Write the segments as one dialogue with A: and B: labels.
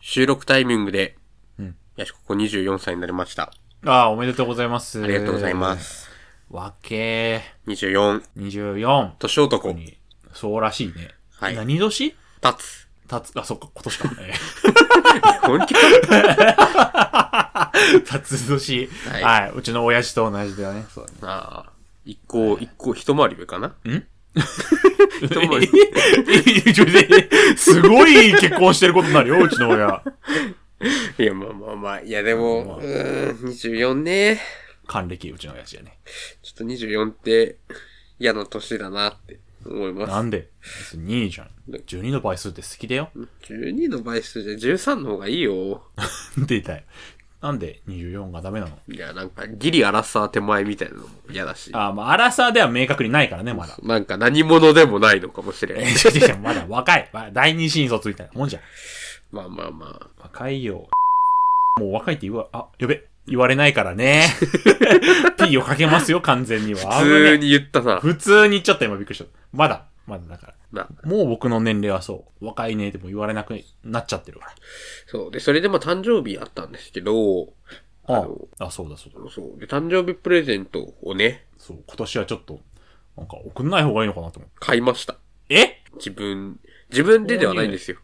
A: 収録タイミングで、
B: うん
A: やしここ24歳になりました。
B: ああ、おめでとうございます。
A: ありがとうございま。す。
B: わけ
A: 24、
B: ー、24。
A: 年男、
B: にそうらしいね。
A: はい
B: 何年
A: 立つ。
B: たつ、あ、そっか、今 年か。え
A: 本 気か
B: ーたつ年。
A: はい
B: はい。うちの親父と同じだね。そうだね。
A: ああ、一個、一個、一回り上かな一回り。
B: すごい結婚してることになるよ、うちの親。
A: いや、まあまあまあ、いやでも、うーん、24ね。
B: 還暦、うちの親父やね。
A: ちょっと24って、嫌な年だなって思いま
B: な
A: す。
B: んで別にいいじゃん。12の倍数って好きだよ。
A: 12の倍数じゃ13の方がいいよ。
B: 出たい。なんで24がダメなの
A: いや、なんか、ギリ荒さ手前みたいなのも嫌だし。
B: あー、まあ、アラサーでは明確にないからね、 まだ。
A: なんか何者でもないのかもしれ
B: え
A: ない。
B: ー違う違うまだ若い。ま第二新卒みたいなもんじゃん。
A: まあまあま
B: 若いよ。もう若いって言わ、あ、やべ、言われないからね。P をかけますよ、完全には。
A: あ。普通
B: 危ね
A: に言ったな。
B: 普通に言っちゃった、今びっくりした。まだ、まだだから。
A: な
B: もう僕の年齢はそう、若いねでも言われなくなっちゃってるから。
A: そう。で、それでまあ誕生日あったんですけど、あ
B: あ
A: の
B: あ、そうだそうだ。
A: そう。で、誕生日プレゼントをね、
B: そう、今年はちょっと、なんか送んない方がいいのかなと思って。
A: 買いました。
B: え
A: 自分、自分でではないんですよ。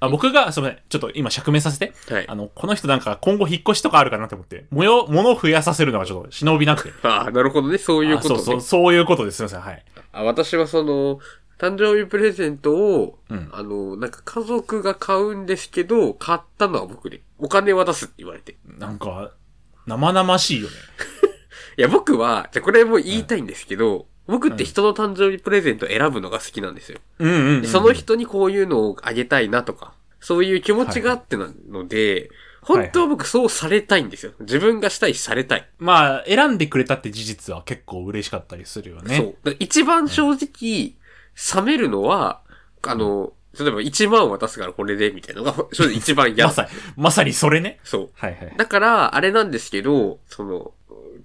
B: あ僕が、すみません、ちょっと今釈明させて。
A: はい
B: あの、この人なんか今後引っ越しとかあるかなって思って、模様、物を増やさせるのがちょっと忍びなくて。
A: ああ、なるほどね。そういう
B: あ
A: こ
B: そ
A: と
B: う
A: ね。
B: そう、そういうことです。すみません、はい。
A: あ私はその、誕生日プレゼントを、
B: うん
A: あの、なんか家族が買うんですけど、買ったのは僕で。お金渡すって言われて。い
B: なんか、生々しいよね。
A: や、僕は、じゃあこれも言いたいんですけど、僕って人の誕生日プレゼントを選ぶのが好きなんですよ。
B: うんうんうん、
A: でその人にこういうのをあげたいなとか、そういう気持ちがあってなので、
B: はい
A: 本当は僕そうされたいんですよ。自分がしたいしされたい。
B: まあ、選んでくれたって事実は結構嬉しかったりするよね。
A: そう。だから一番正直、冷めるのは、あの、例えば1万渡すからこれで、みたいなのが、正直一番嫌
B: ま。さに、まさにそれね。
A: そう。
B: はいはい。
A: だから、あれなんですけど、その、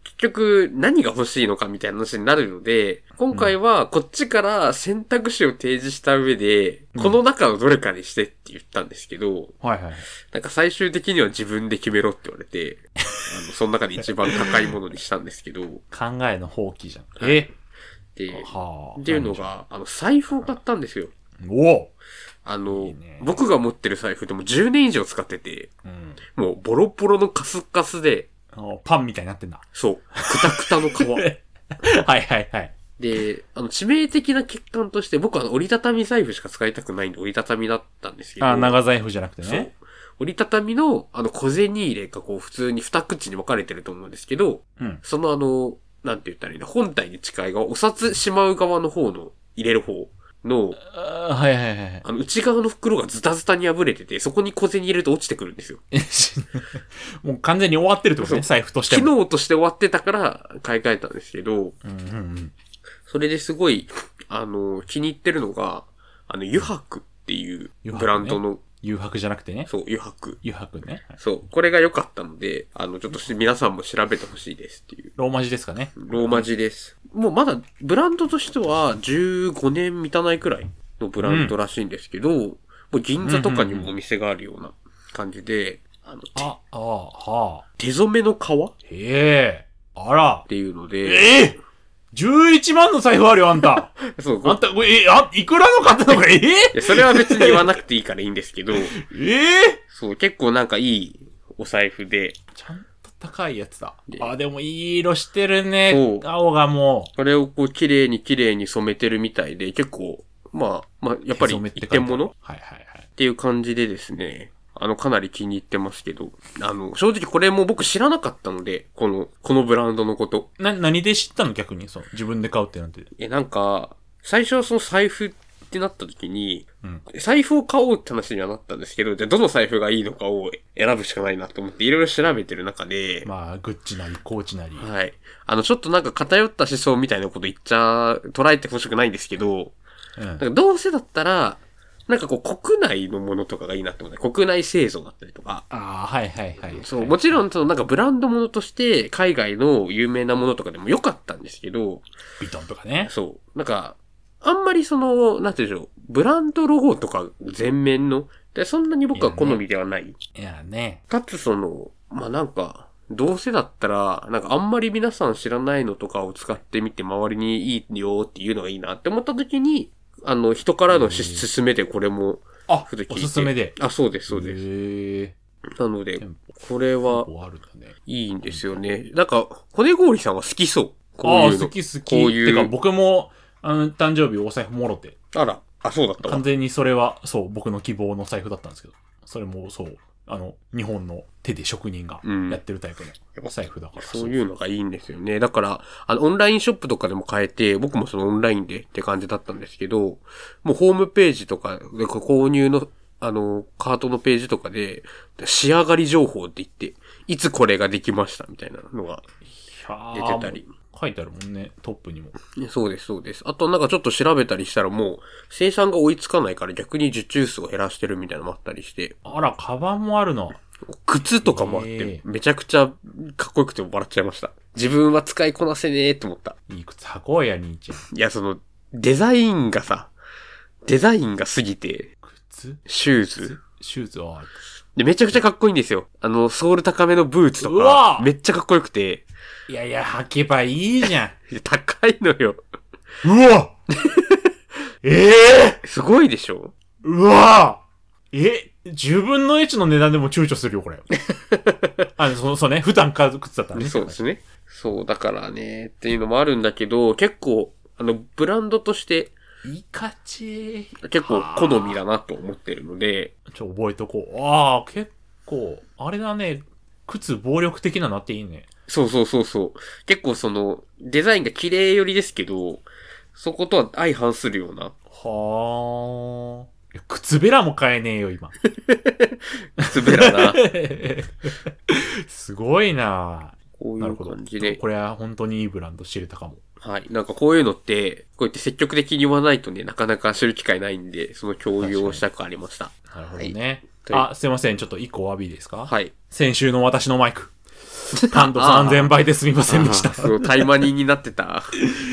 A: 結局何が欲しいのかみたいな話になるので、今回はこっちから選択肢を提示した上で、
B: うん
A: この中のどれかにしてって言ったんですけど、
B: はいはい。
A: なんか最終的には自分で決めろって言われて、あの、その中で一番高いものにしたんですけど、
B: 考えの放棄じゃん。え
A: で、
B: はあ。
A: っていうのが、あの、財布を買ったんですよ。
B: 何でしょう。おお、
A: あの、
B: いいね
A: 僕が持ってる財布でもう10年以上使ってて、
B: うん、
A: もうボロボロのカスカスで、
B: あのパンみたいになってんだ。
A: そう、くたくたの皮。
B: はいはいはい。
A: で、あの、致命的な欠陥として、僕はあの折りたたみ財布しか使いたくないんで折りたたみだったんですけど。
B: あ、長財布じゃなくて
A: そう
B: ね。。
A: 折りたたみの、あの、小銭入れがこう、普通に二口に分かれてると思うんですけど、
B: うん。
A: そのあの、なんて言ったらいいんだ、本体に近い側、お札しまう側の方の、入れる方の、
B: あーはいはいはいはい。
A: あの、内側の袋がズタズタに破れてて、そこに小銭入れると落ちてくるんですよ。
B: えし もう完全に終わってるってことね、財布として
A: 機
B: も。
A: 能として終わってたから、買い替えたんですけど、
B: うんうんうん。
A: それですごい、あの、気に入ってるのが、あの、油白っていう
B: 油白ね
A: ブランドの、
B: 誘白じゃなくてね。
A: そう、油白。
B: 誘白ね。はい
A: そう、これが良かったので、あの、ちょっとし皆さんも調べてほしいですっていう。
B: ローマ字ですかね。
A: ローマ字です。もうまだ、ブランドとしては15年満たないくらいのブランドらしいんですけど、もう銀座とかにもお店があるような感じで、あの、手
B: あ、ああ、はあ。
A: 手染めの革っ
B: へえ、あら。
A: ていうので、
B: ええ !11 万の財布あるよ、あ んた。
A: そう、
B: あ
A: ご
B: んた、え、あ、いくらの買ったのか、ええ
A: いやそれは別に言わなくていいからいいんですけ ど、
B: ええ
A: そう、結構なんかいいお財布で、
B: ちゃんと高いやつだ
A: で。
B: あ、でもいい色してる
A: そ
B: ね。
A: う
B: 青がも
A: それをこう、綺麗に綺麗に染めてるみたいで、結構、まあ、まあ、
B: う。
A: やっぱり
B: 手染めて
A: 一
B: 書いてあ
A: 点
B: る
A: 物っ
B: はいはいはい。
A: ていう感じでですね、あの、かなり気に入ってますけど、あの、正直これも僕知らなかったので、この、このブランドのこと。
B: な、何で知ったの逆に、そう。自分で買うってなんて。
A: え、なんか、最初はその財布ってなった時に、
B: うん
A: 財布を買おうって話にはなったんですけど、じゃあどの財布がいいのかを選ぶしかないなと思って、いろいろ調べてる中で、
B: まあ、グッチなり、コーチなり。
A: はい。あの、ちょっとなんか偏った思想みたいなこと言っちゃ、捉えてほしくないんですけど、
B: うん。
A: なんかどうせだったら、なんかこう国内のものとかがいいなって思って、国内製造だったりとか。
B: ああ、はいはいはい。
A: そう、も
B: ち
A: ちろんそのなんかブランドものとして海外の有名なものとかでも良かったんですけど、
B: ビトンとかね。
A: そう、なんか、あんまりその、なんていうんでしょう、ブランドロゴとか全面の、で、そんなに僕は好みではない。
B: いやね。
A: かつその、まあ、なんか、どうせだったら、なんかあんまり皆さん知らないのとかを使ってみて周りにいいよっていうのがいいなって思った時に、あの、人からのし
B: うん
A: 勧めでこれも、
B: あ
A: ふで聞い、て
B: おすすめで。
A: あ、そうです、そうです。
B: へえ。
A: なので
B: 店、
A: これは
B: 舗あるんだね。
A: いいんですよね。なんか、骨氷さんは好きそう。
B: あ
A: こ
B: あ
A: ういう
B: ー、
A: の
B: 好。き好き。
A: こういう
B: てか、僕も、あの、誕生日お財布もろて。
A: あら、あ、そうだったわ
B: 完。全にそれは、そう、僕の希望の財布だったんですけど。それも、そう、あの、日本の手で職人が
A: うん
B: やってるタイプの財布だから。
A: そういうのがいいんですよね。だから、あの、オンラインショップとかでも買えて、僕もそのオンラインでって感じだったんですけど、もうホームページとか、で購入の、あの、カートのページとかで、仕上がり情報って言って、いつこれができましたみたいなのが出
B: 出
A: てた。り。
B: 書いてあるもんね、トップにも。
A: そうです、そうです。あとなんかちょっと調べたりしたらもう、生産が追いつかないから逆に受注数を減らしてるみたいなのもあったりして、
B: あら、カバンもあるな。
A: 靴とかもあっ
B: へ
A: て
B: え、
A: めちゃくちゃかっこよくて笑っちゃいました。自分は使いこなせねえと思った。
B: いい靴履こうや、兄ちゃん。
A: いや、その、デザインがさ、デザインが過ぎて、
B: 靴
A: シュー
B: 靴
A: ズ。
B: シューズは、
A: で、めちゃくちゃかっこいいんですよ。あの、ソール高めのブーツと
B: う
A: か
B: わ、
A: めっちゃかっこよくて、
B: いやいや、履けばいいじ ゃ
A: いや高いのよ。
B: ん。うわ ええ
A: すごいでしょ
B: うわえ、10分の1の値段でも躊躇するよ、これ。あの、そうそうね、普段買う靴だったらね。
A: そうですね。そう、だからね、っていうのもあるんだけど、結構、あの、ブランドとして、
B: いかち
A: 結構好みだなと思ってるので、
B: ちょ、覚えとこう。ああ、結構、あれだね。靴暴力的ななっていいね。
A: そうそうそうそう。結構その、デザインが綺麗寄りですけど、そことは相反するような、
B: はあ。いや靴べらも買えねえよ、今。
A: つべら な、
B: すごいな
A: こうい
B: なる
A: う
B: ほど。
A: 感じで。
B: これは本当にいいブランド知れたかも。
A: はい。なんかこういうのって、こうやって積極的に言わないとね、なかなか知る機会ないんで、その共有をしたくありました。
B: なるほどね。
A: はい
B: あ、すいません。ちょっと一個お詫びですか、
A: はい。
B: 先週の私のマイク。感度3000倍ですみませんでし
A: あ
B: た
A: ー。その怠慢人になって た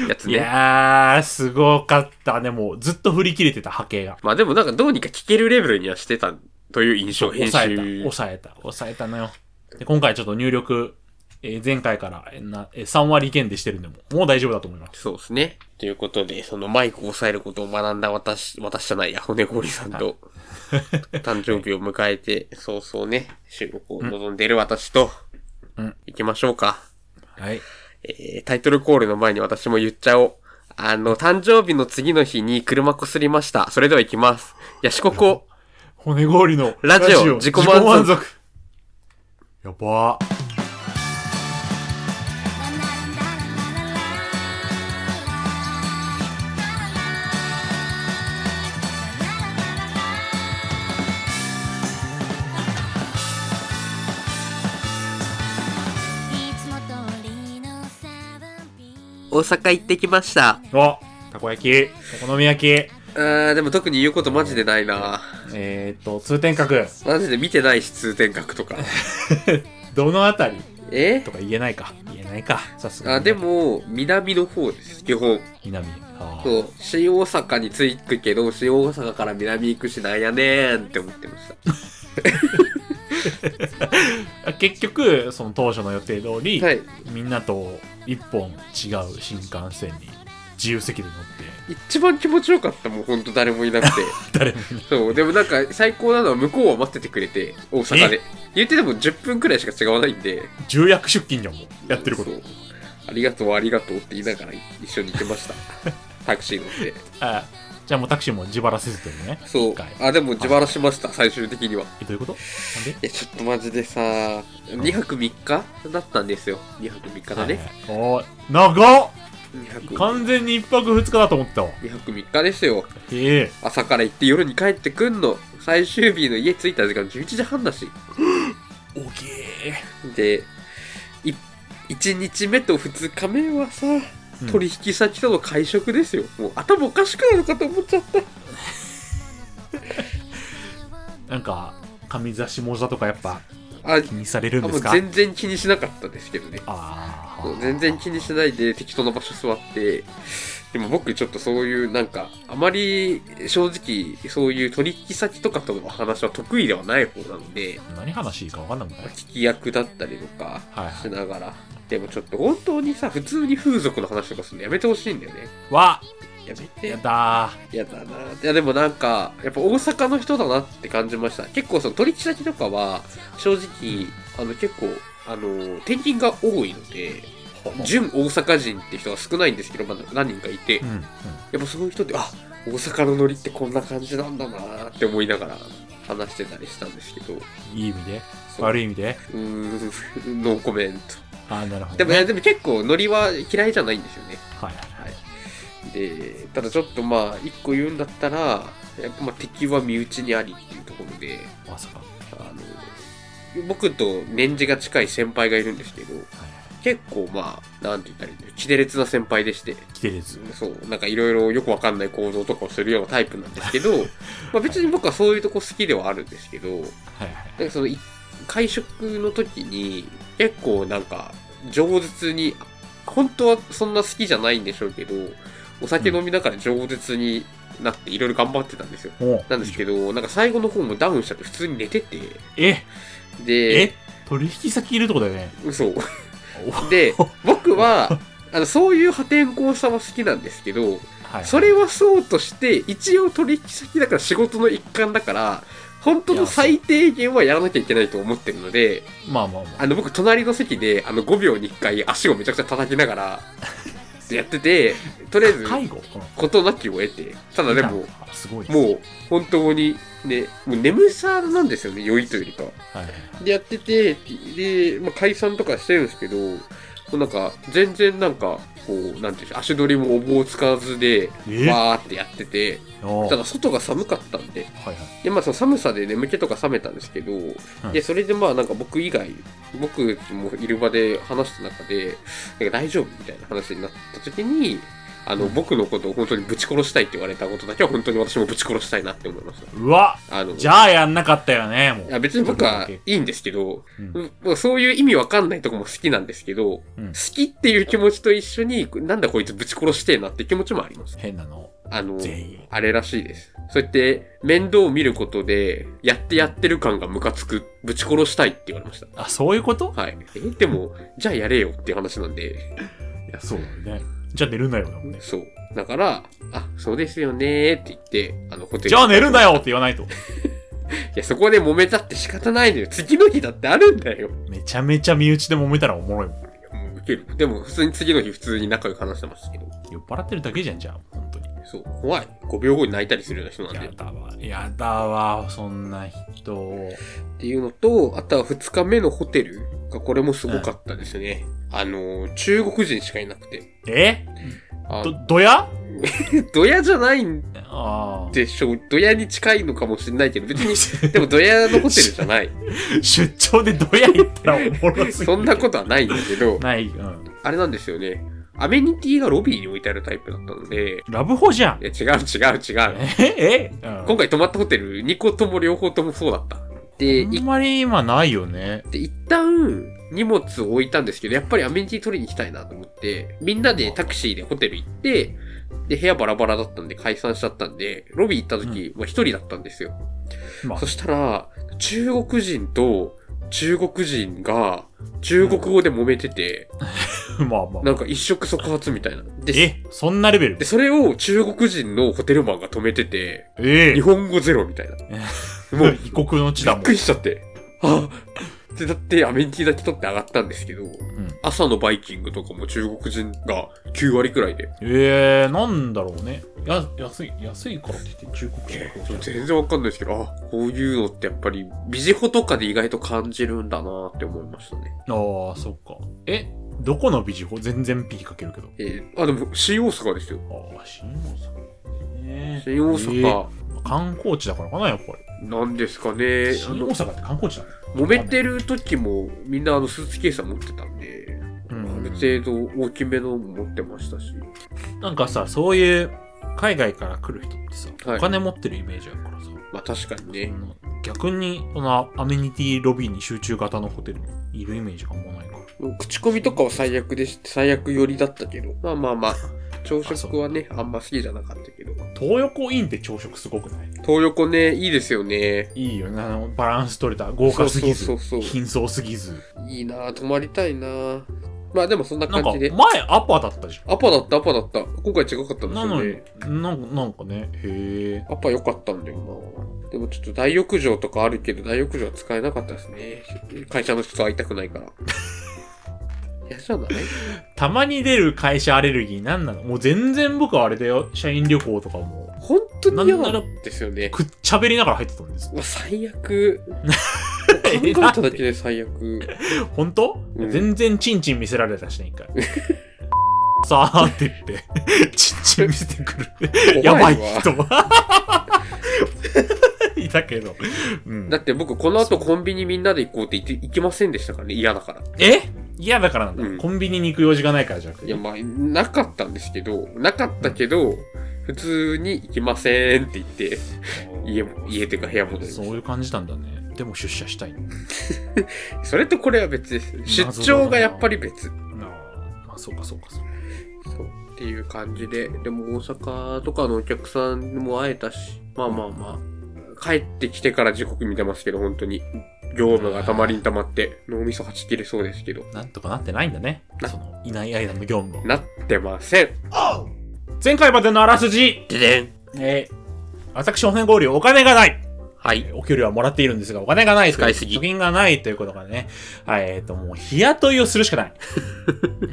A: やつ
B: い
A: ね。
B: やー、すごかったね。もうずっと振り切れてた波形が。
A: まあでもなんかどうにか聞けるレベルにはしてたという印象、編
B: 抑えた、
A: 集。
B: 抑えた、抑えたのよ。で今回ちょっと入力、えー前回からえーなえー3割減でしてるんでもう、もう大丈夫だと思います。
A: そうですね。ということで、そのマイクを抑えることを学んだ私、私じゃないや、骨氷さんと、誕生日を迎えて、早々ね、収録を望んでいる私と、
B: うん
A: 行きましょうか。
B: はい。
A: えータイトルコールの前に私も言っちゃおう。あの、誕生日の次の日に車こすりました。それでは行きます。ヤシココ。
B: 骨氷の
A: ラジオ自己満足
B: やばー。
A: 大阪行ってきました。
B: おたこ焼き、お好み焼き、
A: あー、でも特に言うことマジでないな。
B: えー、っと、通天閣、
A: マジで見てないし、通天閣とか。
B: どのあたり
A: え
B: とか言えないか。言えないか。さすがに
A: あ、で、も、南の方です、基本。
B: 南。あー
A: そう、新大阪に着くけど、新大阪から南行くしなんやねんって思ってました。
B: あ結局、その当初の予定通り、
A: はい。
B: みんなと一本違う新幹線に自由席で乗っ
A: 一番気持ちよかったもん、ほんと誰もいな くて。
B: て、誰もいない
A: そう、でもなんか最高なのは向こうは待っててくれて、大阪で。言ってても10分くらいしか違わないんで。
B: 重役出勤じゃんもうやってること
A: そうありがとう、ありがとうって言いながら一緒に行きました。 タクシー乗って。
B: あじゃあもうタクシーも自腹せずというね
A: そ
B: 一
A: う
B: 回。
A: あ、でも自腹しました、最終的には。
B: えどういうことなんで
A: いや、ちょっとマジでさ、2泊3日だったんですよ。2泊3日だね。
B: はいはいおー長っ
A: 2泊
B: 完全に一泊二日だと思ってたわ
A: 2泊3日ですよ。
B: へえ
A: 朝から行って夜に帰ってくんの。最終日の家着いた時間11時半だし。
B: おけ
A: で、い1日目と2日目はさ、
B: うん
A: 取引先との会食ですよ。もう頭おかしくなるかと思っちゃった。
B: なんか上座下座とかやっぱ
A: あ、
B: 気にされる
A: あ
B: んで
A: もう
B: すか
A: 全然気にしなかったですけどね。
B: あー
A: そう全然気にしないで適当な場所座って、でも僕ちょっとそういうなんか、あまり正直そういう取引先とかとの話は得意ではない方なので、
B: 何話いいか分かんなくない
A: 聞き役だったりとか
B: はいは
A: し
B: い。
A: ながら、でもちょっと本当にさ、普通に風俗の話とかするのやめてほしいんだよね。
B: わ
A: やめて
B: や。だ
A: やだな。いやでもなんか、やっぱ大阪の人だなって感じました。結構その取引先とかは、正直、あの結構、あの、転勤が多いので、純大阪人って人が少ないんですけど、まだ何人かいて、
B: ー。うん。うん。
A: やっぱそういう人って、あ大阪のノリってこんな感じなんだなって思いながら話してたりしたんですけど、
B: いい意味で
A: そう
B: 悪い意味で
A: うーん、ノーコメント。
B: ああ、なるほ
A: で
B: ど、ね。
A: も、いやでも結構ノリは嫌いじゃないんですよね。
B: はい。
A: で、ただちょっとまあ、一個言うんだったら、やっぱまあ敵は身内にありっていうところで、
B: まさか。は
A: あの、僕と年次が近い先輩がいるんですけど、
B: いはい。
A: 結構まあ、なんて言ったらいいんだろう、キテレツな先輩でして、
B: 来てれず。
A: そう、なんかいろいろよくわかんない行動とかをするようなタイプなんですけど、まあ別に僕はそういうとこ好きではあるんですけど、
B: はいはい。
A: なんかその、い会食の時に、結構なんか、饒舌に、本当はそんな好きじゃないんでしょうけど、お酒飲みながら饒舌になっていろいろ頑張ってたんですよ。
B: おう
A: なんですけど、なんか最後の方もダウンしちゃって普通に寝てて、
B: え
A: で、
B: え取引先いるとこだよね。
A: 嘘。 で、僕は、あの、そういう破天荒さは好きなんですけど、
B: はい。
A: それはそうとして、一応取引先だから仕事の一環だから、本当の最低限はやらなきゃいけないと思ってるので、
B: まあまあまあ。
A: あの、僕、隣の席で、あの、5秒に1回足をめちゃくちゃ叩きながら、やってて、とりあえず、
B: 介護
A: 事なきを得て、た
B: う
A: だ
B: ん
A: でも、
B: あすごい。
A: もう、本当に、ね、もう眠さなんですよね、酔いというよりかは。
B: はいはい。
A: で、やってて、で、まあ、解散とかしてるんですけど、もうなんか、全然なんか、こう、なんていうんでしょう、足取りもお棒を使わずで、
B: え
A: わーってやってて、
B: おう
A: ただ外が寒かったんで、
B: はいはい。
A: で、まあ、その寒さで眠気とか冷めたんですけど、で、それでまあ、なんか僕以外、僕もいる場で話した中で、なんか大丈夫みたいな話になった時に、あの、僕のことを本当にぶち殺したいって言われたことだけは本当に私もぶち殺したいなって思いまし
B: うわ
A: た。あの、
B: じゃあやんなかったよね、も。
A: いうや別に僕はいいんですけど、
B: うん
A: もうそういう意味わかんないとこも好きなんですけど、
B: うん
A: 好きっていう気持ちと一緒に、なんだこいつぶち殺してえなって気持ちもあります。
B: 変なの。
A: あの、
B: 全員。
A: あれらしいです。そうやって面倒を見ることで、やってやってる感がムカつく、ぶち殺したいって言われました。
B: あ、そういうこと
A: はい。え、でも、じゃあやれよっていう話なんで、
B: いや、そうだよね。じゃあ寝るなよだもんね。
A: そう。だから、あ、そうですよねーって言って、あの、ホテル。
B: じゃあ寝るな
A: よ
B: よって言わないと。
A: いや、そこで揉めたって仕方ないのよ。次の日だってあるんだよ。
B: めちゃめちゃ身内で揉めたらおもろいもん。
A: もうウケる。でも、普通に次の日、普通に仲良く話してましたけど。
B: 酔っ払ってるだけじゃん、じゃあ。本当に。
A: そう、怖い。5秒後に泣いたりするような人なんで。
B: や
A: っ
B: だわ。やだわ、そんな人。
A: ていうのと、あとは2日目のホテルが、これもすごかったですね。あの、中国人しかいなくて。
B: え
A: あ
B: ど、どや
A: ドヤじゃないん
B: ああ。
A: でしょう。ドヤに近いのかもしれないけど、別 に、でもドヤのホテルじゃ ない。
B: 出張でどや行ったらおもろすぎ
A: そんなことはないんだけど、
B: ない。うん。
A: あれなんですよね。アメニティがロビーに置いてあるタイプだったので、
B: ラブホじゃん。
A: いや違う違う違う。
B: ええ、うん、
A: 今回泊まったホテル、2個とも両方ともそうだった。で、
B: あんまり今ないよね。
A: で、一旦荷物を置いたんですけど、やっぱりアメニティ取りに行きたいなと思って、みんなでタクシーでホテル行って、で、部屋バラバラだったんで解散しちゃったんで、ロビー行った時、まあ一人だったんですよ。
B: まあ
A: そ、したら、中国人と中国人が中国語で揉めてて、
B: まあまあ。
A: なんか一触即発みたいな。で、
B: え、そんなレベル
A: で、それを中国人のホテルマンが止めてて、
B: え
A: 日本語ゼロみたい な。
B: も
A: も
B: う
A: う
B: 異国の地だ
A: び
B: も
A: っ
B: ん
A: く。りしちゃって。あってだってアメニティだけ取って上がったんですけど、
B: うん
A: 朝のバイキングとかも中国人が9割くらいで、
B: ええなんだろうね。や、安い、安いからって言って中国人の方
A: 全然わかんないですけど、あ、こういうのってやっぱり、ビジホとかで意外と感じるんだなって思いましたね。
B: ああ、そっか。え、どこの美女法全然 P かけるけど。
A: えーあ、でも、新大阪ですよ。
B: ああ、新大阪。ね
A: 新大阪、
B: え観光地だからかな、やっぱり。
A: なんですかね。あ
B: 新大
A: の、
B: 阪って観光地だね。
A: 揉めてる時もみんなあのスーツケースは持ってたんで、
B: うん
A: ある程度大きめのも持ってましたし。
B: なんかさ、そういう海外から来る人ってさ、
A: はい
B: お金持ってるイメージあるからさ、
A: まあ確かにね。
B: そんな逆に、このアメニティロビーに集中型のホテルにいるイメージがもうないから。
A: 口コミとかは最悪でし、最悪寄りだったけど。まあまあまあ。朝食はね、あんま好きじゃなかったけど。
B: 東横インって朝食すごくない
A: 東横ね、いいですよね。
B: いいよね。あの、バランス取れた。豪華すぎず
A: そうそうそうそう、
B: 貧相すぎず。
A: いいなぁ、泊まりたいなぁ。まあでもそんな
B: なん
A: 感
B: か、
A: じ
B: 前
A: で。
B: アパだったじゃ
A: アパだった、アパだった。今回違かったんです
B: ん。な
A: よ
B: のに
A: ね。、
B: なんかなんかね、へえ。
A: アパ良かったんだよなでもちょっと大浴場とかあるけど、大浴場は使えなかったですね。会社の人と会いたくない から。嫌じゃない
B: たまに出る会社アレルギーなんなのもう全然僕はあれだよ。社員旅行とかも、
A: 本当に嫌な
B: なん
A: ですよね。
B: くっちゃべりながら入ってたんです。
A: うわ最悪。考
B: え
A: え
B: な
A: た
B: ん
A: だ
B: で
A: けで最悪。
B: 本当、
A: うん
B: 全然チンチン見せられたし ね、一回。さあって言って、チンチン見せてくる。やばい
A: 怖いわ
B: 人も。 いたけど。うん
A: だ、って僕この後コンビニみんなで行こうって言って行きませんでしたからね。嫌だから。
B: え嫌だからなんだ、
A: うん
B: コンビニに行く用事がないからじゃなく
A: い
B: て
A: や、。まあ、なかったんですけど、なかったけど、普通に行きませんって言って、家も、家というか部屋戻りま
B: そう
A: し
B: いう感じなんだね。でも出社したいんだ
A: た。それとこれは別です。出
B: 謎だな
A: 張がやっぱり別。
B: なあまあ、そうかそうかそうか。
A: そう。っていう感じで、でも大阪とかのお客さんも会えたし、まあまあまあ、帰ってきてから時刻見てますけど、本当に。業務がたまりにたまって、脳みそはち切れそうですけど、
B: なんとかなってないんだね。
A: な
B: その、いない間の業務を。
A: なってません。
B: 前回までのあらすじ
A: ででん。
B: えー、私、おねごりお金がない
A: はい。
B: お給料はもらっているんですが、お金がないとう
A: 使いすぎ
B: 貯金がないということがね、はい、えっ、と、もう、日雇いをするし かない。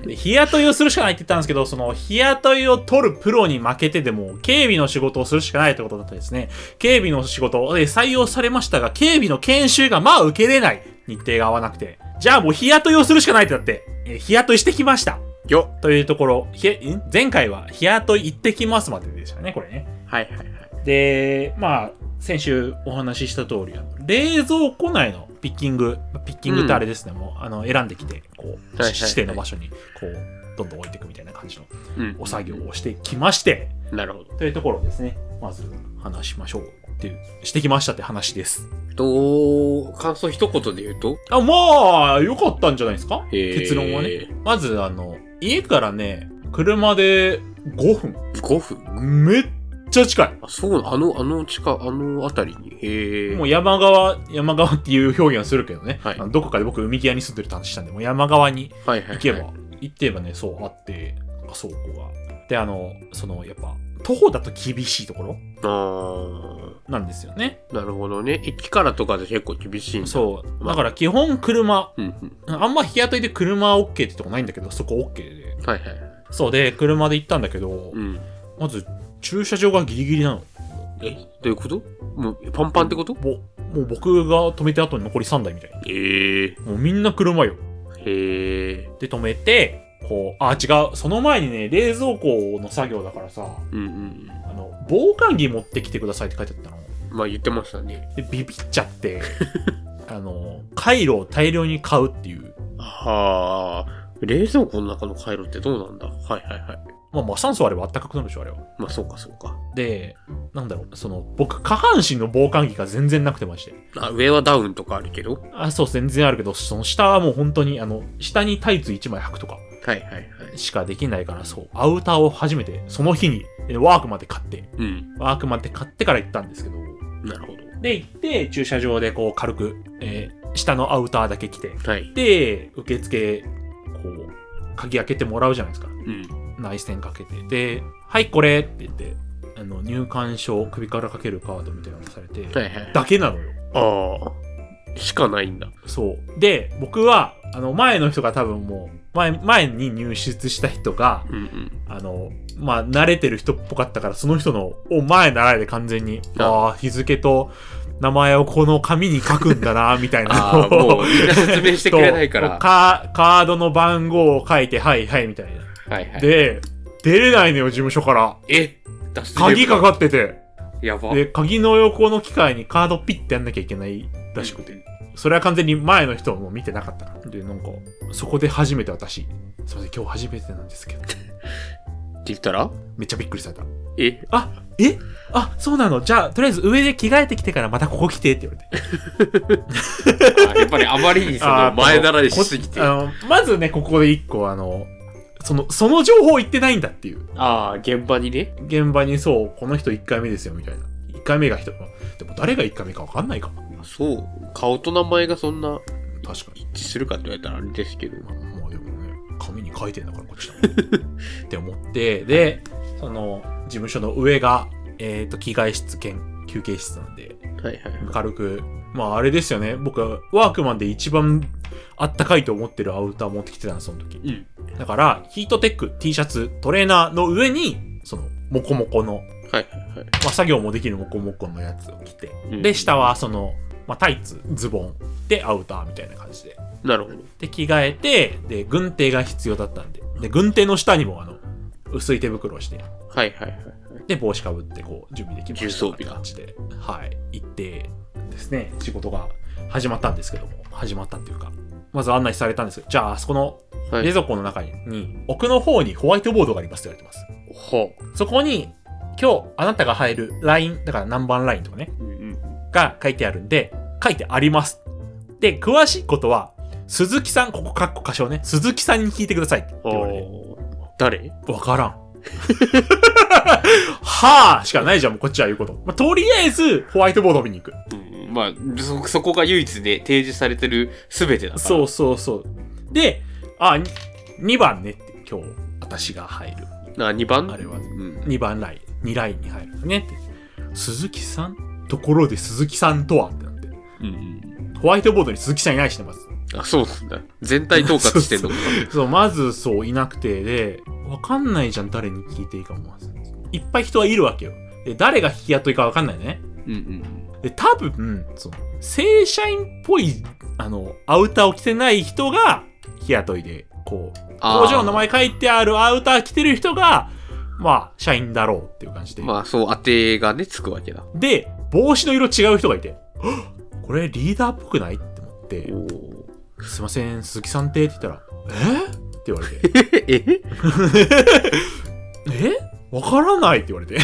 B: で日雇いをするしかないって言ったんですけど、その、日雇いを取るプロに負けてでも、警備の仕事をするしかないということだったですね。警備の仕事、で採用されましたが、警備の研修がまあ受けれない。日程が合わなくて。じゃあもう日雇いをするしかないってなって、えー日雇いしてきました。
A: よ。
B: というところ、ひん前回は日雇い行ってきますまででしたね、これね。
A: はいはいはい。
B: で、まあ、先週お話しした通り、あの冷蔵庫内のピッキング、ピッキングってあれですね、もう、あの、選んできて、こう、
A: はいはいはい
B: 指定の場所に、こう、どんどん置いていくみたいな感じの
A: うん
B: お作業をしてきまして、
A: なるほど。
B: というところですね、まず話しましょうっていう、してきましたって話です。
A: と、感想一言で言うと
B: あ、まあ、良かったんじゃないですか
A: へー
B: 結論はね。まず、あの、家からね、車で5
A: ?5 分
B: 分。めっちゃ近い。
A: あ、そうな、あの、あの地下、あのあたりに。へえ。
B: もう山側、山側っていう表現はするけどね。
A: はい
B: あのどこかで僕、海際に住んでるって話したんで、もう山側に
A: はいはいはい、
B: 行けば、行ってればね、そうあって、あそこが。で、あの、その、やっぱ、徒歩だと厳しいところ
A: あ
B: なんですよね。
A: ーなるほどね。駅からとかで結構厳しいんだ。
B: そう。だから基本車、
A: うんうん。
B: あんま日雇いで車 OK ってとこないんだけど、そこ OK で。
A: はいはい。
B: そうで、車で行ったんだけど、
A: うん。
B: まず、駐車場がギリギリなの。
A: えどういうこともう、パンパンってこと
B: もう、もう僕が止めて後に残り3台みたいな。
A: ええ
B: もうみんな車よ。
A: へえ。
B: で止めて、こう、あ、違う。その前にね、冷蔵庫の作業だからさ、
A: うんうん
B: あの、防寒着持ってきてくださいって書いてあったの。
A: うん。まあ言ってましたね。
B: で、ビビっちゃって、あの、カイロを大量に買うっていう。
A: はあ。冷蔵庫の中の回路ってどうなんだはいはいはい。
B: まあまあ、酸素あれば暖かくなるでしょ、あれは。
A: まあそうかそうか。
B: で、なんだろう、その、僕、下半身の防寒着が全然なくてまして。
A: あ、上はダウンとかあるけど。
B: あ、そう、全然あるけど、その下はもう本当に、あの、下にタイツ1枚履くとか
A: はいはいはい。
B: しかできないから、そう、アウターを初めて、その日に、えワークまで買って、
A: うん。
B: ワークまで買ってから行ったんですけど、
A: なるほど。
B: で、行って、駐車場でこう軽く、えー下のアウターだけ着て、
A: はい。
B: で、受付、こう、鍵開けてもらうじゃないですか。
A: うん。
B: 内線かけて。で、はい、これって言って、あの、入館証、首からかけるカードみたいなのされて、
A: はいはい。
B: だけなのよ。
A: ああ。しかないんだ。
B: そう。で、僕は、あの、前の人が多分もう、前、前に入室した人が、
A: うん うん。
B: あの、まあ、慣れてる人っぽかったから、その人の、お前習いで完全に、
A: あ
B: ああ、日付と名前をこの紙に書くんだな、みたい
A: あ
B: な。
A: あ、もう、みんな説明してくれない から。
B: と
A: は
B: カカードの番号を書いて、はいはい、みたいな。
A: いはい。
B: で、出れないのよ、事務所から。
A: え脱出
B: 鍵か
A: っ
B: かってて。
A: やば。
B: で、鍵の横の機械にカードピッてやんなきゃいけないらしくて。それは完全に前の人も見てなかったから。で、なんか、そこで初めて私、すいません、今日初めてなんですけど、
A: って言ったら
B: めっちゃびっくりされた。
A: え
B: あ、えあ、そうなのじゃあ、とりあえず上で着替えてきてからまたここ来てって言われて。
A: あやっぱ りあまりにそ
B: あ
A: の
B: ー
A: 前習いしすぎて。
B: こあの、まずね、ここで一個、あの、その、その情報言ってないんだっていう。
A: ああ、現場にね。
B: 現場にそう、この人1回目ですよ、みたいな。1回目が人、でも誰が1回目か分かんないか。
A: そう。顔と名前がそんな
B: 確かに。
A: 一致するかって言われたらあれですけど。
B: まあ、まあでもね、紙に書いてんだからこっちだもん って思って、で、その、事務所の上が、えっ、と、着替え室兼休憩室なんで、
A: はいはいはい。
B: 軽く、まああれですよね、僕はワークマンで一番あったかいと思ってるアウター持ってきてたの、その時。
A: うん。
B: だから、ヒートテック、T シャツ、トレーナーの上に、その、モコモコの、
A: はいはいはい。
B: まあ、作業もできるモコモコのやつを着て、
A: うん
B: で、下はその、まあ、タイツ、ズボン、で、アウターみたいな感じで。
A: なるほど。
B: で、着替えて、で、軍手が必要だったんで、で、軍手の下にも、あの、薄い手袋をして、
A: はいはいはいはい。
B: で、帽子かぶって、こう、準備できました。
A: 重装備だ
B: 感じで、はい、行って、ですね、仕事が始まったんですけども、始まったっていうか、まず案内されたんですけど、じゃあ、あそこの
A: はい、
B: 冷蔵庫の中に、奥の方にホワイトボードがありますって言われてます。
A: ほ
B: そこに、今日あなたが入るライン、だから何番ラインとかね、
A: う。うんうん。
B: が書いてあるんで、書いてあります。で、詳しいことは、鈴木さん、ここカッコ歌唱ね、鈴木さんに聞いてくださいって言われて、
A: おー誰
B: わからん。 はぁしかないじゃん、もうこっちは言うこと。まあとりあえず、ホワイトボードを見に行く。
A: うん、まあそ、そこが唯一で提示されてる全てだから。
B: そう。そうそう。で、あ、2番ねって、今日、私が入る。
A: な2番
B: あれは
A: うん。
B: 2番ライン、2ラインに入るのねって。鈴木さんところで鈴木さんとはってなって。
A: うんうん。
B: ホワイトボードに鈴木さんいないしね、 まず。
A: あ、そうなんだ。全体統括してんのか。
B: そう、まずそう、いなくて、で、わかんないじゃん、誰に聞いていいかも。まずいっぱい人はいるわけよ。で、誰が引き雇いかわかんないね。
A: うんうん。
B: で、多分、その、正社員っぽい、あの、アウターを着てない人が、引き雇いで、こう、
A: あー
B: 工場の名前書いてあるアウター着てる人が、まあ、社員だろうっていう感じで。
A: まあ、そう、当てがね、つくわけだ。
B: で、帽子の色違う人がいて、はっこれリーダーっぽくないって思って
A: お、お。
B: すいません、鈴木さんってって言ったら、えって言われて、
A: え え
B: えわからないって言われて。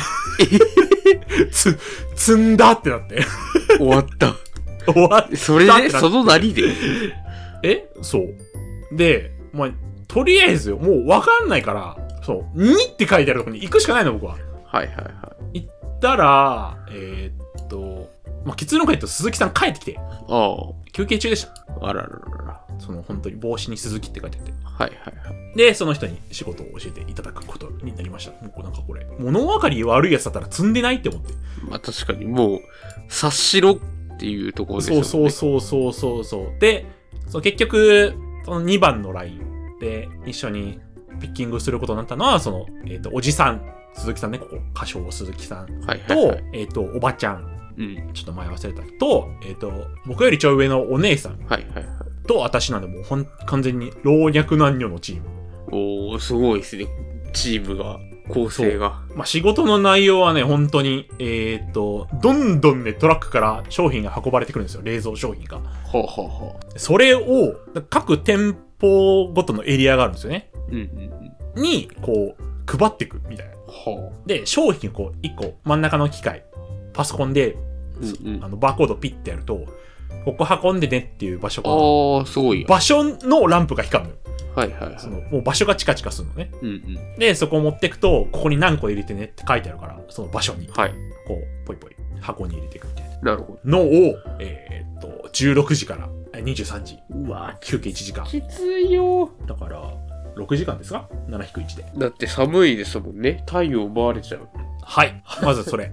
B: つ、積んだってなって。
A: 終わった。
B: 終わっ
A: それ
B: だって
A: で、
B: だって
A: そのなりで。
B: えそう。で、まあ、とりあえずよ、もうわかんないから、そう、2って書いてあるとこに行くしかないの、僕は。
A: はいはいは
B: たら、えーっと、まあ、結論から言うと鈴木さん帰ってきて、
A: い。あ
B: 休憩中でした。
A: あ。あらららら。
B: その、本当に帽子に鈴木って書いてあって。
A: はいはいはい。
B: で、その人に仕事を教えていただくことになりました。もうなんかこれ、物分かり悪いやつだったら積んでないって思って。
A: まあ確かに、もう、察しろっていうところです
B: そ
A: よ
B: う
A: ね。
B: そうそうそうそうそう。で、その結局、その2番のラインで一緒にピッキングすることになったのは、その、えっ、と、おじさん、鈴木さんね、ここ、歌唱鈴木さん
A: はいは
B: と、
A: い、はい。
B: えっ、と、おばちゃん、
A: うん。
B: ちょっと前忘れた、と、えっ、と、僕よりちょい上のお姉さん
A: はいはいはい。
B: と私なんで、もうほん完全に老若男女のチーム。
A: おおすごいですね。チームが、構成が。
B: まあ、仕事の内容はね、本当に、えっ、と、どんどんね、トラックから商品が運ばれてくるんですよ、冷蔵商品が。
A: ほうほうほ
B: それを、各店舗ごとのエリアがあるんですよね。
A: う。うんうんうん。
B: に、こう、配っていくみたいな。
A: ほ
B: で、商品をこう、一個、真ん中の機械、パソコンで、
A: う。うんうん。
B: あの、バーコードピッてやると、ここ運んでねっていう場所が、
A: ああ、すごいや。
B: 場所のランプが光るのよ。
A: はいはいはい
B: そ。の、もう場所がチカチカするのね。
A: うんうん。
B: で、そこを持ってくと、ここに何個入れてねって書いてあるから、その場所に、こ
A: はい。
B: う、ぽいぽい、箱に入れていくみたいな。
A: なるほ
B: のを、えーっと、16時からえ23時。
A: ど。うわ
B: 休憩1時間。
A: きついよ。
B: だから、6時間ですか ?7-1 で。
A: だって寒いですもんね。太陽奪われちゃう。
B: はい。まずそれ。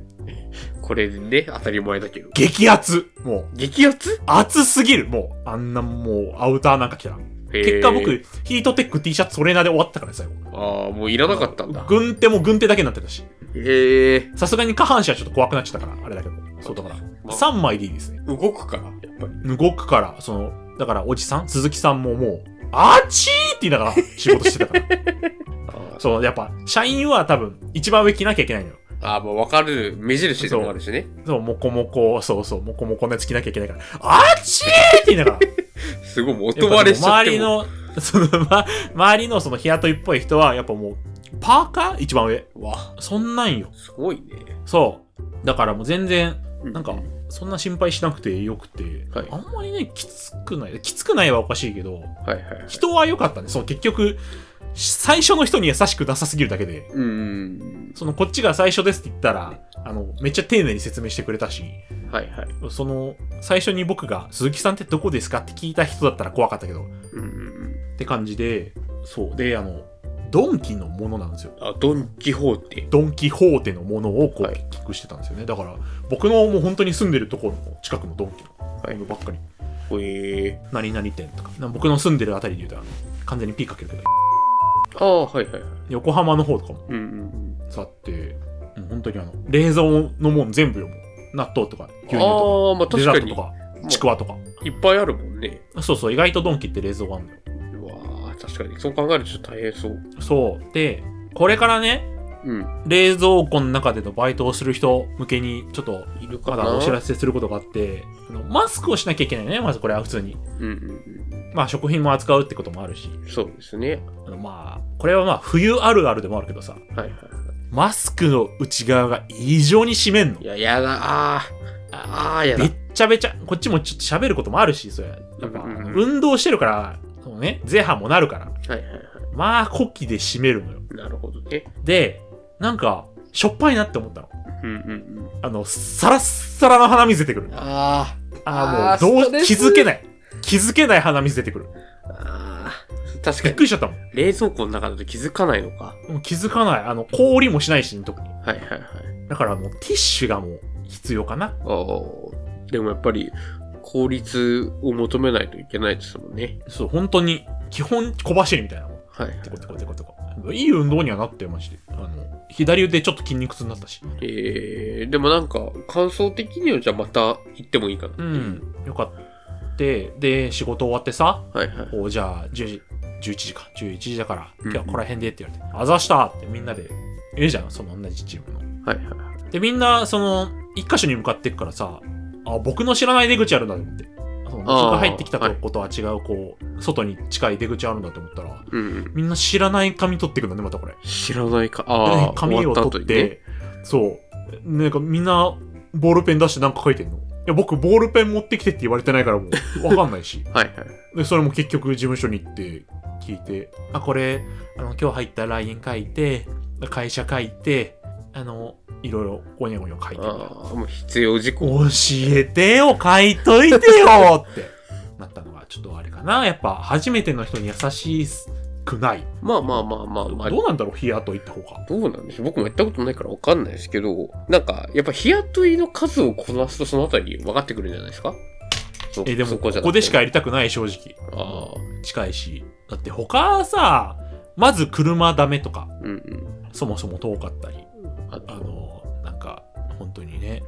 A: これね、当たり前だけど。
B: 激圧もう、
A: 激圧
B: 暑すぎるもう、あんなもう、アウターなんか着たら。結
A: 結
B: 果僕、。ヒートテック T シャツトレーナーで終わったから最後。
A: ああ、もういらなかったんだ。
B: 軍手も軍手だけになってたし。
A: へえ。
B: さすがに下半身はちょっと怖くなっちゃったから、あれだけど。そうだから。
A: まあ
B: 3枚でいいですね。
A: 動くから、やっぱり。
B: 動くから、その、だからおじさん、鈴木さんももう、あっちーって言いながら仕事してたから。
A: あ
B: その、やっぱ、社員は多分、一番上着なきゃいけないのよ。
A: あー、もうわかる。目印でもあるしね。
B: そう、もこもこ、そうそう、もこもこのやつ着なきゃいけないから、あっちーって言いながら。
A: すごい、もう
B: や
A: 音
B: っぱ
A: 割
B: で
A: れし
B: も
A: ちゃっ
B: 周
A: て
B: り
A: も。
B: の、その、ま、周りのその日雇いっぽい人は、やっぱもう、パーカー一番上。
A: わ、
B: そんなんよ。
A: すごいね。
B: そう。だからもう全然、なんか
A: う、
B: そんな心配しなくてよくて、
A: はい
B: あんまりね、きつくない。きつくないはおかしいけど、
A: はいはいはい。
B: 人は良かったね。そう、結局、最初の人に優しくなさすぎるだけで、
A: うーん。
B: その、こっちが最初ですって言ったら、あの、めっちゃ丁寧に説明してくれたし、
A: はいはい。
B: その、最初に僕が、鈴木さんってどこですかって聞いた人だったら怖かったけど、
A: うんうんうん。
B: って感じで、そう。で、あの、ドンキのものなんですよ。
A: あ、ドン・キホーテ。
B: ドン・キホーテのものをこう、
A: はい
B: キックしてたんですよね。だから、僕のもう本当に住んでるところの近くのドンキの
A: はい
B: ものばっかり。
A: ほえ
B: 何々店とか。なんか僕の住んでるあたりで言うと、あの完全にピーかけるけど、
A: ー。ああ、はいはいはい。
B: 横浜の方とかも
A: うんうん
B: さあって、もう本当にあの、冷蔵のもん全部よ、もう納豆とか、
A: う
B: 牛乳
A: ん。
B: と
A: ああ、まあ
B: か、
A: 確
B: デザ
A: か
B: ート
A: に
B: と。か、ちくわとか。
A: いっぱいあるもんね。
B: そうそう、意外とドンキって冷蔵があるのよ。
A: うわあ、確かに。そう考えるとちょっと大変そう。
B: そう。で、これからね、
A: うん。
B: 冷蔵庫の中でのバイトをする人向けに、ちょっと、
A: いるか
B: ま
A: な。
B: だお知ら
A: せ。
B: せすることがあって、あのマスクをしなきゃいけないね、まずこれは普通に。
A: うんうん
B: まあ食品も扱うってこともあるし、
A: うん。そうですね。
B: あのまあ、これはまあ冬あるあるでもあるけどさ、
A: はいは
B: マスクの内側が異常に締めんの
A: い。い。や、やだ。ああ。ああ、やだ
B: べっ。ちゃべちゃ、こっちもちょっと喋ることもあるし、それ。やっぱ、
A: うんうんうん
B: あの運動してるから、そうね、前半もなるから。
A: はいはいは
B: まあ、呼気で締めるのよ。
A: い。なるほどね。
B: で、なんか、しょっぱいなって思ったの。
A: うんうんうん。
B: あの、サラッサラの鼻水出てくる。
A: あ
B: あ
A: あー
B: あ、もう、
A: スト
B: どう、
A: レス
B: 気づけない。気づけない鼻水出てくる。
A: あ。ああ。確か
B: びっ
A: に
B: く。りしちゃったもん。
A: 冷蔵庫の中だと気づかないのか。
B: もう気づかない。あの、氷もしないし、特に。
A: はいはいはい。
B: だからもう、ティッシュがもう、必要かな。
A: ああ。でもやっぱり、効率を求めないといけないですもんね。
B: そう、本当に、基本、小走りみたいなもん。
A: はいはい。
B: てこてこてこてこ。いい運動にはなってまして。あの、左腕ちょっと筋肉痛になったし。
A: えー、でもなんか、感想的にはじゃあまた行ってもいいかな。
B: うん。よかった。で、仕事終わってさ、
A: はいはい。
B: おじゃあ、10時、11時か、11時だから、
A: うん
B: 今日はここら辺でって言われて、あざしたってみんなで、ええじゃん、その同じチームの。
A: はいはい。
B: で、みんな、その、一箇所に向かってくからさ、あ、僕の知らない出口あるんだと思って。その僕が入ってきた
A: あーはい
B: ことは違う、こう、外に近い出口あるんだと思ったら、
A: うんうん。
B: みんな知らない紙取ってくんだね、またこれ。
A: 知らないか。ああ、
B: 紙を
A: 終わ
B: 取っ
A: 後にね。。
B: て、そう。なんかみんな、ボールペン出してなんか書いてんの。いや、僕、ボールペン持ってきてって言われてないからもう、わかんないし
A: はいはい。
B: で、それも結局事務所に行って、聞いて、あ、これ、あの、今日入った LINE 書いて、会社書いて、あの、いろいろ、ごにゃごにゃ書いて
A: ああ、もう必要事項。
B: 教えてよ、書いといてよって、なったのが、ちょっとあれかな。やっぱ、初めての人に優しくない。
A: まあまあまあまあまあ。
B: どうなんだろう、日雇いって方が。
A: どうなんでしょう僕もやったことないからわかんないですけど、なんか、やっぱ日雇いの数をこなすとそのあたり分かってくるんじゃないですかそ
B: え、でも、
A: そ
B: こ
A: じゃなくて
B: こでしかやりたくない、正直。
A: ああ、
B: 近いし。だって、他はさ、まず車ダメとか、
A: うんうん。
B: そもそも遠かったり、
A: あ
B: あの、なんか、本当にね、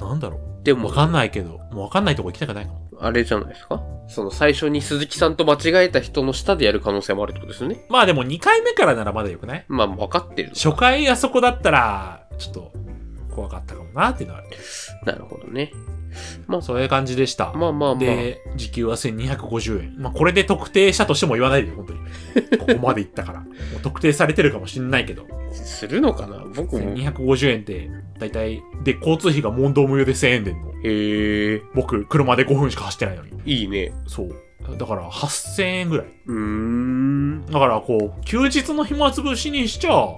B: なんだろ
A: で
B: う。わ
A: も、
B: かんないけど、もうわかんないとこ行きたくないかも。
A: あれじゃないですかその最初に鈴木さんと間違えた人の下でやる可能性もあるってことですよね。
B: まあでも、2回目からならまだよくない
A: まあ、分かってる。
B: 初回あそこだったら、ちょっと、怖かったかもなっていうのはある。
A: なるほどね。
B: そういう感じでした。
A: まあまあまあ。
B: で、時給は1250円。まあ、これで特定したとしても言わないでよ、本 当に。ここまで行ったから。もう特定されてるかもしんないけど。
A: するのかな僕も。
B: 250円って、だいたい、で、交通費が問答無用で1000円でんの。
A: へえ、
B: 僕、車で5分しか走ってないのに。
A: いいね。
B: そう。だから、8000円ぐらい。
A: うーん。
B: だから、こう、休日の暇つぶしにしちゃ、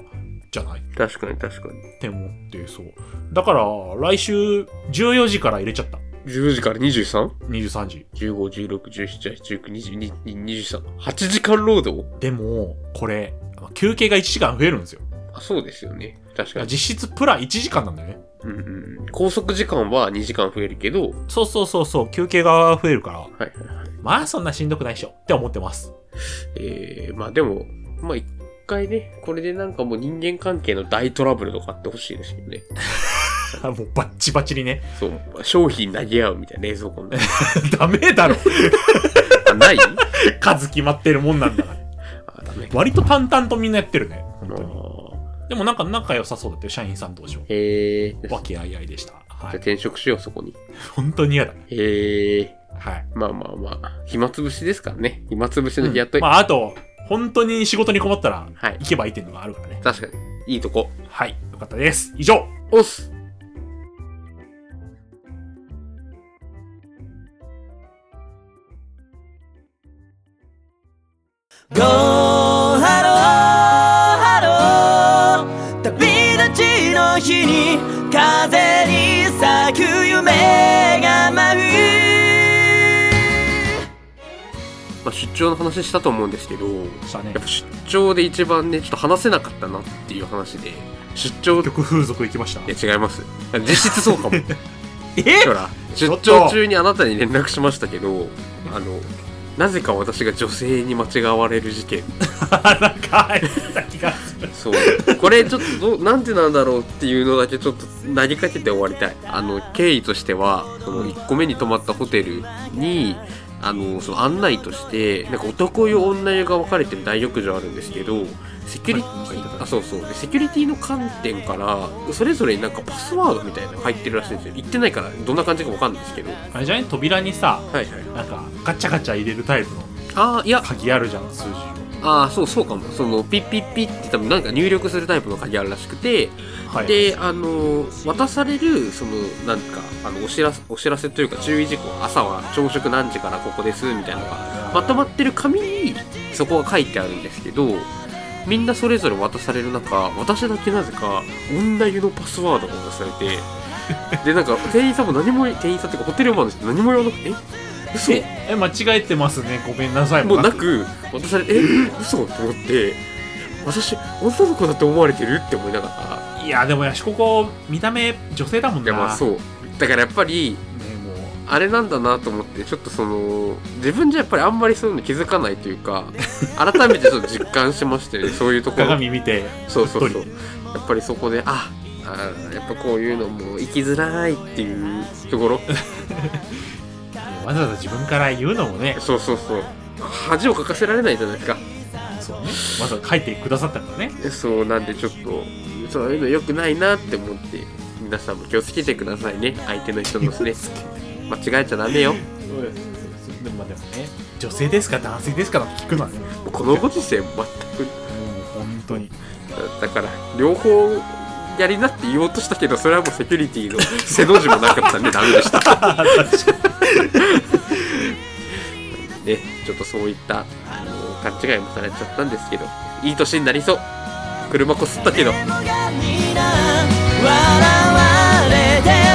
B: じゃないっ
A: 確かに確かに。
B: て思って、そう。だから、来週、14時から入れちゃった。
A: 10時から 23?15、
B: 23時。
A: 16、17、18、19、20、23。8時間労働
B: でも、これ、休憩が1時間増えるんですよ。
A: あ、そうですよね。確かに。
B: 実質プラン1時間なんだよね。
A: うんうん。拘束時間は2時間増えるけど、
B: そうそうそうそう、休憩が増えるから、
A: はいはいはい。
B: まあそんなしんどくないでしょって思ってます。
A: えー、まあでも、まあ一回ね、これでなんかもう人間関係の大トラブルとかあってほしいですよね。
B: もうバッチバチにね。
A: そう。商品投げ合うみたいな冷蔵庫の。
B: ダメだろ。
A: あ、ない
B: 数決まってるもんなんだから。
A: あ、ダメか。
B: 割と淡々とみんなやってるね。
A: あ
B: 本当に。
A: ー
B: でもなんか仲良さそうだって社員さん同士も。
A: へえ。じゃ
B: 和気あいあいでした。
A: あ
B: はい。
A: 転職しよう、そこに。
B: 本当に嫌だ。
A: へえ。
B: はい。
A: まあまあまあ。暇つぶしですからね。暇つぶしの日雇い。
B: まああと、本当に仕事に困ったら、
A: はい
B: 行けばいいっていうのがあるからね。
A: 確かに。いいとこ。
B: はい。よかったです。以上。
A: おっす
C: ゴーハローハロー旅立ちの日に風に咲く夢が舞う
A: まあ、出張の話したと思うんですけど、
B: したね
A: やっ。ぱ出張で一番ね、ちょっと話せなかったなっていう話で、出 張、
B: 曲風俗行きました。
A: いや違います。実質そうかも。
B: え
A: ほら、
B: ち
A: 出
B: ょっと
A: 張中にあなたに連絡しましたけど、あの、なぜか私が女性に間違われる事件。
B: なんか入った気がする。
A: そう。これちょっとどう、なんでなんだろうっていうのだけちょっと投げかけて終わりたい。あの、経緯としては、その1個目に泊まったホテルに、あの、その案内として、なんか男湯女湯が分かれてる大浴場あるんですけど、セキュリティ、あ、そうそう。でセキュリティの観点から、それぞれになんかパスワードみたいなのが入ってるらしいんですよ。行ってないから、どんな感じか分かんないですけど。はい
B: あれじゃね扉にさ、
A: はい。
B: なんかガチャガチャ入れるタイプの
A: ああ、いや、
B: 鍵あるじゃん、数字を。
A: ああ、そうそうかも。その、ピッピッピッって多分なんか入力するタイプの鍵あるらしくて、
B: はい。
A: で、あの、渡される、その、なんか、あの、お知らせ、お知らせというか注意事項、朝は朝食何時からここです、みたいなのが、まとまってる紙に、そこが書いてあるんですけど、みんなそれぞれ渡される中、私だけなぜか、女湯のパスワードが渡されて、 で、なんか、店員さんも何も、店員さんっていうか、ホテルマンの人何も言わなくて、え嘘
B: え、え間違えてますね。ごめんなさい。
A: もうなく渡されて「え嘘と思って私女の子だって思われてるって思いながら
B: いや、でもやしここ、見た目女性だもん
A: で
B: な。
A: まあそうだからやっぱり
B: ね、もう。
A: あれなんだなと思ってちょっとその自分じゃやっぱりあんまりそういうの気づかないというか改めてちょっと実感しましたよねそういうところ
B: 鏡見て、
A: そうそう
B: うっ
A: そ
B: と
A: うやっぱりそこでああーやっぱこういうのも生きづらいっていうところ
B: わざわざ自分から言うのもね、
A: そうそうそう恥をかかせられないじゃないですか
B: そうね。わざわざ書いてくださったからね。
A: そうなんでちょっとそういうの良くないなって思って皆さんも気をつけてくださいね相手の人のね間違えちゃダメよも
B: そうですそうですでもまあでもね女性ですか男性ですかなんて聞くのはねも
A: うこのご時世全く
B: う本当に
A: だから両方やりなって言おうとしたけどそれはもうセキュリティの背の字もなかったんでダメでしたねちょっとそういったあの勘違いもされちゃったんですけどいい年になりそう車こすったけど
C: 誰もが皆笑われて